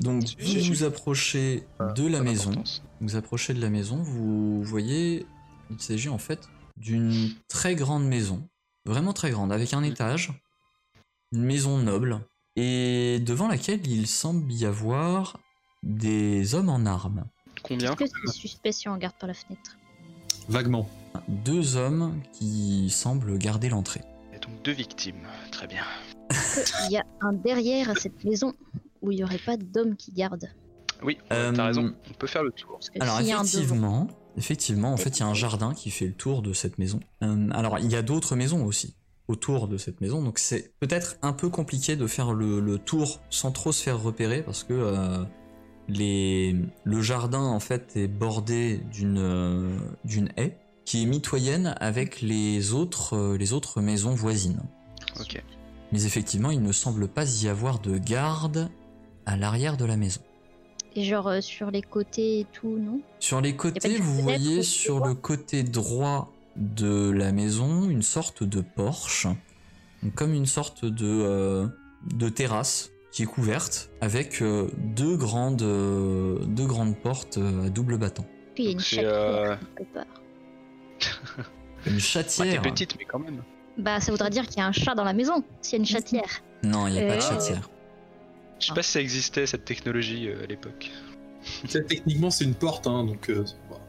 Donc J'ai- vous vous approchez de la pas maison. d'importance. Vous approchez de la maison, vous voyez, il s'agit en fait d'une très grande maison, vraiment très grande, avec un étage, une maison noble, et devant laquelle il semble y avoir des hommes en armes. Combien Est-ce que c'est suspect si on regarde par la fenêtre Vaguement. Deux hommes qui semblent garder l'entrée. Et Donc deux victimes. Très bien. Il y a un derrière à cette maison où il n'y aurait pas d'homme qui garde. Oui, Euh, t'as raison. On peut faire le tour. Parce que Alors s'il y a un devant, effectivement, effectivement, en fait, il y a un jardin qui fait le tour de cette maison. Euh, alors, il y a d'autres maisons aussi autour de cette maison, donc c'est peut-être un peu compliqué de faire le, le tour sans trop se faire repérer parce que euh, les, le jardin en fait est bordé d'une euh, d'une haie qui est mitoyenne avec les autres euh, les autres maisons voisines. Ok. Mais effectivement, il ne semble pas y avoir de garde à l'arrière de la maison. Et genre euh, sur les côtés et tout, non Sur les côtés, de vous fenêtre ou voyez de sur le côté droit de la maison une sorte de porche, Donc, comme une sorte de, euh, de terrasse qui est couverte avec euh, deux, grandes, euh, deux grandes portes euh, à double battant. Puis il y a une Donc, c'est, chatière euh, quelque part. Une Ah, t'es chatière. petite, mais quand même. Bah ça voudra dire qu'il y a un chat dans la maison, s'il y a une chatière. non, il n'y a pas de Euh, chatière. Je sais pas si ça existait cette technologie euh, à l'époque. Ça, techniquement, c'est une porte, hein, donc. euh, c'est pas-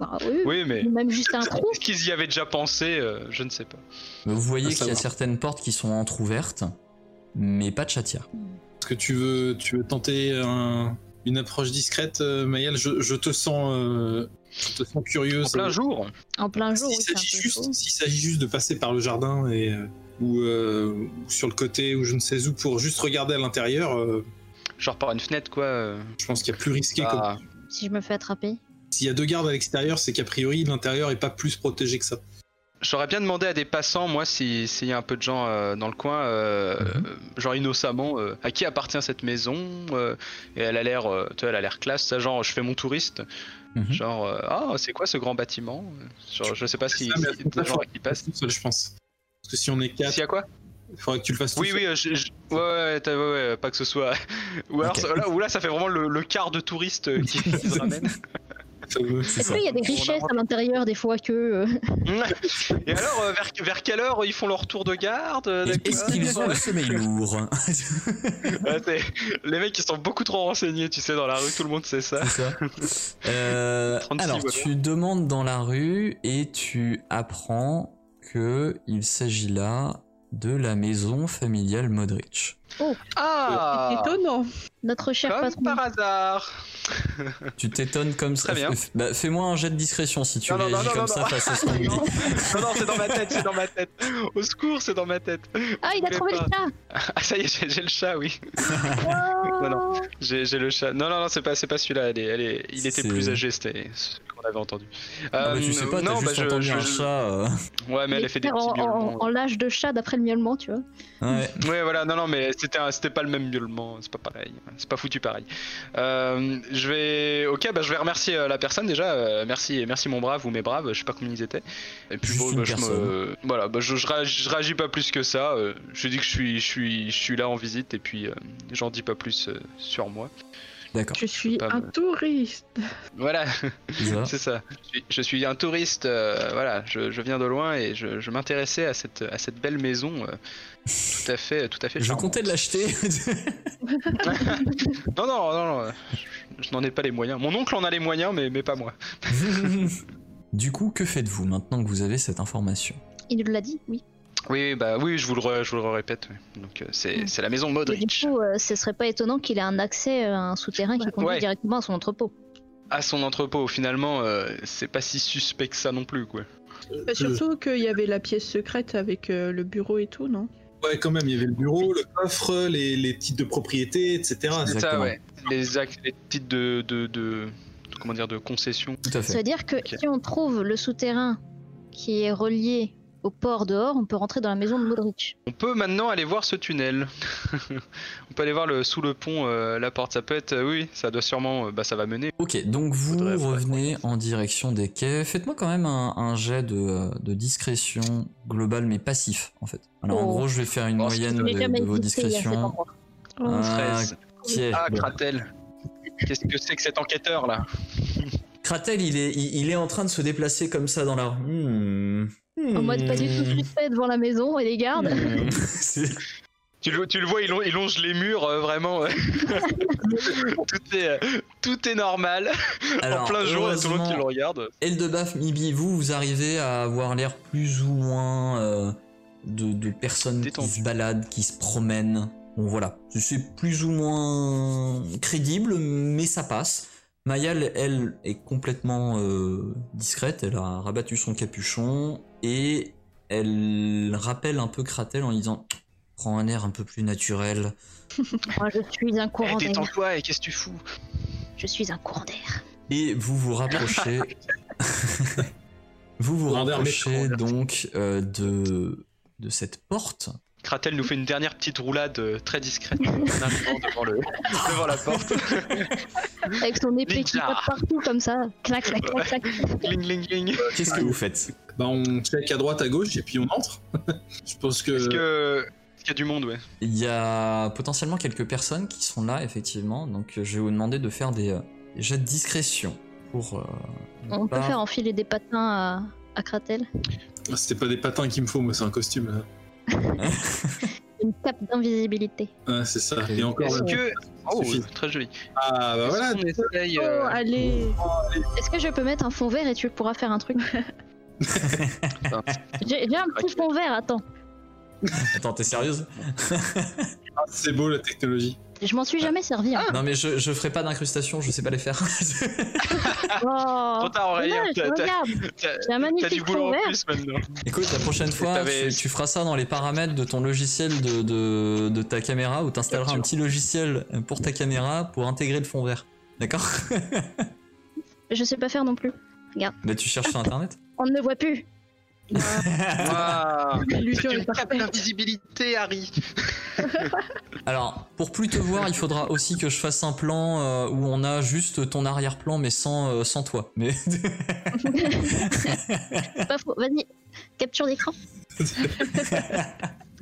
Bah, oui, Oui, mais Ou même juste un trou. est-ce qu'ils y avaient déjà pensé Euh, Je ne sais pas. Vous À voyez Ah, qu'il y a savoir. certaines portes qui sont entrouvertes, mais pas de chatière. Est-ce que tu veux, tu veux tenter un- une approche discrète, euh, Mayel je, je te sens, euh, je te sens curieux. En plein ça- jour En plein jour, S'il oui, c'est un peu s'agit juste, chaud. s'il s'agit juste de passer par le jardin et euh, ou, euh, ou sur le côté ou je ne sais où pour juste regarder à l'intérieur, euh, Genre par une fenêtre, quoi. euh, je pense qu'il y a plus risqué. bah, comme- Si je me fais attraper. S'il y a deux gardes à l'extérieur, c'est qu'a priori l'intérieur est pas plus protégé que ça. J'aurais bien demandé à des passants, moi, si- s'il y a un peu de gens euh, dans le coin, euh, Mhm. euh, genre innocemment, euh, à qui appartient cette maison euh, Et elle a l'air, euh, tu vois, elle a l'air classe, ça, genre, je fais mon touriste, Mhm. genre, euh, ah, c'est quoi ce grand bâtiment Genre, je sais pas si, Ça, mais elles si- sont des pas gens fortes. qui passent. Tout seul, je pense. Parce que si on est quatre, S'il y a quoi il faudrait que tu le fasses. Tout Oui, seul. oui, euh, je- je- ouais, ouais, t'as- ouais, ouais, pas que ce soit. Ou alors, Ok. ça- là, ou là, ça fait vraiment le, le quart de touristes euh, qui, qui se ramènent. Fameux. Est-ce qu'il y a des On richesses avance. à l'intérieur des fois que euh, Et alors, euh, vers, vers quelle heure ils font leur tour de garde euh, Et Est-ce d'accord qu'ils ont le sommeil lourd Ouais, c'est- Les mecs, ils sont beaucoup trop renseignés, tu sais, dans la rue, tout le monde sait ça. C'est ça. Euh, 36 alors, voleurs. tu demandes dans la rue et tu apprends que il s'agit là de la maison familiale Modric. Ah Étonnant. notre cher Comme patron par hasard Tu t'étonnes comme ça. Très bien. F- bah, Fais-moi un jet de discrétion si tu Non, non, réagis non, non, comme non, ça non. Euh, face à ce qu'on dit. Non, non, non, c'est dans ma tête, c'est dans ma tête Au secours, c'est dans ma tête Ah, il a plaît trouvé le pas. chat Ah, ça y est, j'ai- j'ai le chat, oui Oh. non. J'ai j'ai le chat. Non, non, non, c'est pas, c'est pas celui-là. elle est- elle est- il était C'est- plus âgé, c'était ce qu'on avait entendu. Ah, Euh, bah, tu sais pas, t'as non, juste bah, je- entendu je- un chat. euh. Ouais, mais elle a fait des en, petits en, miaulements. en lâche de chat d'après le miaulement, tu vois. Ouais. Ouais, voilà, non, non, mais c'était un- c'était pas le même miaulement, c'est pas pareil, c'est pas foutu pareil. Euh, je vais. Ok, bah, je vais remercier euh, la personne déjà. euh, merci, merci mon brave ou mes braves, je sais pas combien ils étaient. Et puis Juste bon, une bah, je, me... personne. voilà, bah, je, je, réagis, je réagis pas plus que ça. euh, je dis que je suis, je, suis, je suis là en visite et puis euh, j'en dis pas plus euh, sur moi. D'accord. Je suis pas un me- touriste. Voilà. Ça. C'est ça. Je suis, je suis un touriste, euh, voilà, je, je viens de loin et je, je m'intéressais à cette, à cette belle maison euh, tout à fait, tout à fait. Je charmante. comptais de l'acheter. Non, non, non, non, euh, je, je n'en ai pas les moyens. Mon oncle en a les moyens, mais, mais pas moi. du coup, que faites-vous maintenant que vous avez cette information Il nous l'a dit, oui. Oui, oui, bah oui, je vous le, re- je vous le répète. oui. Donc euh, c'est, Mm. c'est la maison Et du Modric. coup, euh, ce serait pas étonnant qu'il ait un accès euh, à un souterrain qui conduit Ouais. directement à son entrepôt. À son entrepôt, finalement, euh, c'est pas si suspect que ça non plus, quoi. Bah, surtout qu'il y avait la pièce secrète avec euh, le bureau et tout, non Ouais, quand même, il y avait le bureau, le coffre, les, les titres de propriété, etc. C'est ça, Ah, Exactement. ouais. Les, actes, les titres de, de, de- de- comment dire, de concession. Tout à Ça fait. veut dire que Ok. si on trouve le souterrain qui est relié au port dehors, on peut rentrer dans la maison de Modric. On peut maintenant aller voir ce tunnel. on peut aller voir le, sous le pont, euh, la porte. Ça peut être, euh, oui, ça doit sûrement, euh, bah ça va mener. Ok, donc vous Faudrait- faudrait revenez en direction des quais. Faites-moi quand même un, un jet de, euh, de discrétion globale mais passif en fait. Alors en Oh. gros je vais faire une Oh, moyenne c'est- de, J'ai jamais de vos existé à cet discrétions. endroit. Ah, Stress. quai. Ah, Bon. Kratel. Qu'est-ce que c'est que cet enquêteur là Kratel il est, il, il est en train de se déplacer comme ça dans la rue. Hmm. En mode pas du tout Hmm. suspect devant la maison et les gardes. Hmm. C'est- tu le, tu le vois, il, lon- il longe les murs, euh, vraiment. euh, tout, est, euh, tout est normal. en Alors, plein jour, il y a tout le monde qui le heureusement, regarde. Eh, Eldebaf, Mibi, vous, vous arrivez à avoir l'air plus ou moins euh, de, de personnes Détendu. qui se baladent, qui se promènent. Bon voilà, c'est plus ou moins crédible, mais ça passe. Mayal, elle, est complètement euh, discrète, elle a rabattu son capuchon et elle rappelle un peu Kratel en lui disant « Prends un air un peu plus naturel. Moi, je suis un Eh, courant d'air. détends-toi, et qu'est-ce que tu fous Je suis un courant d'air. » Et vous vous rapprochez... vous vous Grandeur méchant, rapprochez donc euh, de, de cette porte. Kratel nous fait une dernière petite roulade euh, très discrète en arrivant devant, le, devant la porte. Avec son épée qui Ninja. tape partout comme ça. Clac, clac, clac, clac. Gling, gling, gling. Qu'est-ce que vous faites Bah, on check à droite, à gauche, et puis on entre. je pense que. Est-ce que. est-ce qu'il y a du monde, ouais. Il y a potentiellement quelques personnes qui sont là, effectivement. Donc, euh, je vais vous demander de faire des, euh, des jets de discrétion pour. euh, ne On peut pas- faire enfiler des patins à, à Kratel. Ah, C'était pas des patins qu'il me faut, moi, c'est un costume. Une cape d'invisibilité. Ah, c'est ça. Ok. Et encore. Est-ce là. que. Oh, Suffit. très joli. Ah, bah voilà. Est-ce qu'on essaye, Oh, euh, allez Est-ce que je peux mettre un fond vert et tu pourras faire un truc J'ai j'ai un petit fond vert, attends. Attends, t'es sérieuse Ah, c'est beau la technologie. Je m'en suis jamais servi. hein. Non, mais je, je ferai pas d'incrustation, je sais pas les faire. Oh. Trop tard, Aurélien. Dommage, Ah. T'as- t'as- Oh, regarde, t'as- j'ai un T'as du magnifique boulot fond en vert. plus maintenant. Écoute, la prochaine fois, T'avais- tu, tu feras ça dans les paramètres de ton logiciel de, de, de ta caméra ou t'installeras un petit logiciel pour ta caméra pour intégrer le fond vert. D'accord Je sais pas faire non plus. Bah, tu cherches sur internet. On ne le voit plus. Waouh. Ah, L'illusion C'est est une cape parfaite. d'invisibilité, Harry. Alors, pour plus te voir, il faudra aussi que je fasse un plan euh, où on a juste ton arrière-plan mais sans, euh, sans toi. Mais C'est Pas faux. Vas-y, capture d'écran.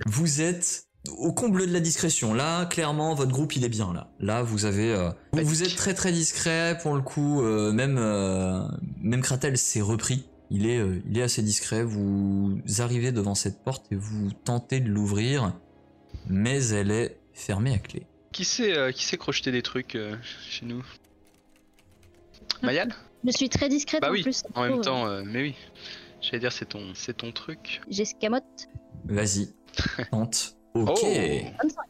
vous êtes au comble de la discrétion. Là, clairement, votre groupe, il est bien là. Là, vous avez, euh, vous, vous êtes très très discret pour le coup. euh, même euh, même Kratel s'est repris. Il est euh, il est assez discret. Vous arrivez devant cette porte et vous tentez de l'ouvrir, mais elle est fermée à clé. Qui sait, euh, qui sait crocheter des trucs euh, chez nous Mayal Je suis très discrète Bah en oui, plus. En Ah, Oh, même temps, euh, mais oui. J'allais dire, c'est ton, c'est ton truc. J'escamote. Vas-y, tente. Ok. Oh. Comme ça.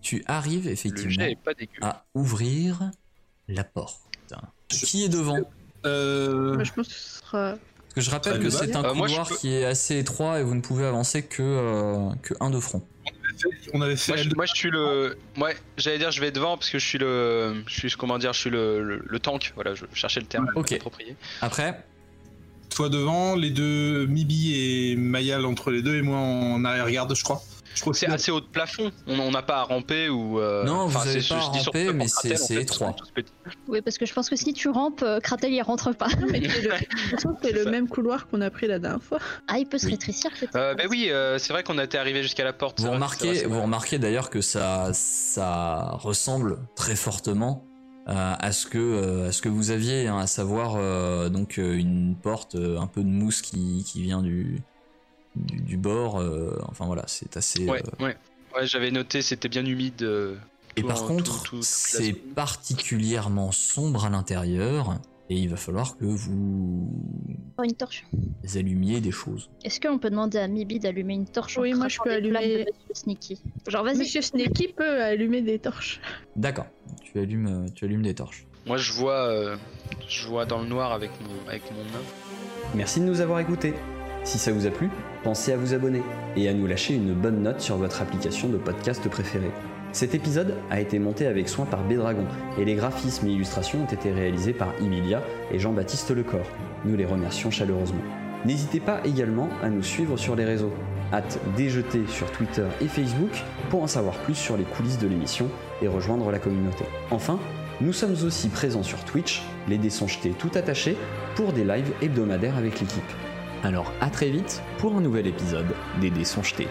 Tu arrives Le effectivement Ah, jet est pas dégueu. à ouvrir la porte. Qui est devant Euh. Je pense que ce sera... Parce que je rappelle Très que bien. c'est un Euh, moi, je couloir peux- qui est assez étroit et vous ne pouvez avancer que, euh, que un de front. On avait fait. Moi je, moi, je suis le. Ouais, j'allais dire, je vais devant parce que je suis le. Je suis comment dire, je suis le, le, le tank. Voilà, je cherchais le terme Ok. approprié. Après, Toi devant, les deux, Mibi et Mayal entre les deux, et moi en arrière-garde, je crois. Je crois que C'est assez haut de plafond. On on n'a pas à ramper ou. euh, Non, vous enfin, avez c'est- pas je à dis surtout ramper, pour mais Kratel, c'est- en c'est fait, étroit. parce que- Oui, parce que je pense que si tu rampes, euh, Kratel il rentre pas. Mais c'est le... De toute façon, c'est C'est le ça. même couloir qu'on a pris la dernière fois. Ah, il peut se Oui. rétrécir peut-être. Euh, bah oui, euh, c'est vrai qu'on était arrivé jusqu'à la porte. vous c'est vrai, c'est vrai, remarquez, c'est vrai. vous remarquez d'ailleurs que ça, ça ressemble très fortement euh, à ce que euh, à ce que vous aviez, hein, à savoir euh, donc euh, une porte, euh, un peu de mousse qui, qui vient du du, du bord. euh, enfin voilà, c'est assez. Ouais, euh, ouais. Ouais, j'avais noté, c'était bien humide. euh, Et tout par en- contre, tout- tout- toute la c'est zone. particulièrement sombre à l'intérieur et il va falloir que vous Encore une torche. allumiez des choses. Est-ce qu'on peut demander à Mibi d'allumer une torche en Oui, moi, je craquant peux des flammes de allumer- Monsieur Sneaky. Genre vas-y. Monsieur Sneaky peut allumer des torches. D'accord. Tu allumes, euh, tu allumes des torches. Moi, je vois, euh, je vois dans le noir avec mon, avec mon nain. Merci de nous avoir écoutés. Si ça vous a plu, pensez à vous abonner et à nous lâcher une bonne note sur votre application de podcast préférée. Cet épisode a été monté avec soin par Bédragon et les graphismes et illustrations ont été réalisés par Emilia et Jean-Baptiste Lecor. Nous les remercions chaleureusement. N'hésitez pas également à nous suivre sur les réseaux, hâte déjeter sur Twitter et Facebook pour en savoir plus sur les coulisses de l'émission et rejoindre la communauté. Enfin, nous sommes aussi présents sur Twitch, les dés sont jetés tout attachés pour des lives hebdomadaires avec l'équipe. Alors à très vite pour un nouvel épisode des dés sont jetés.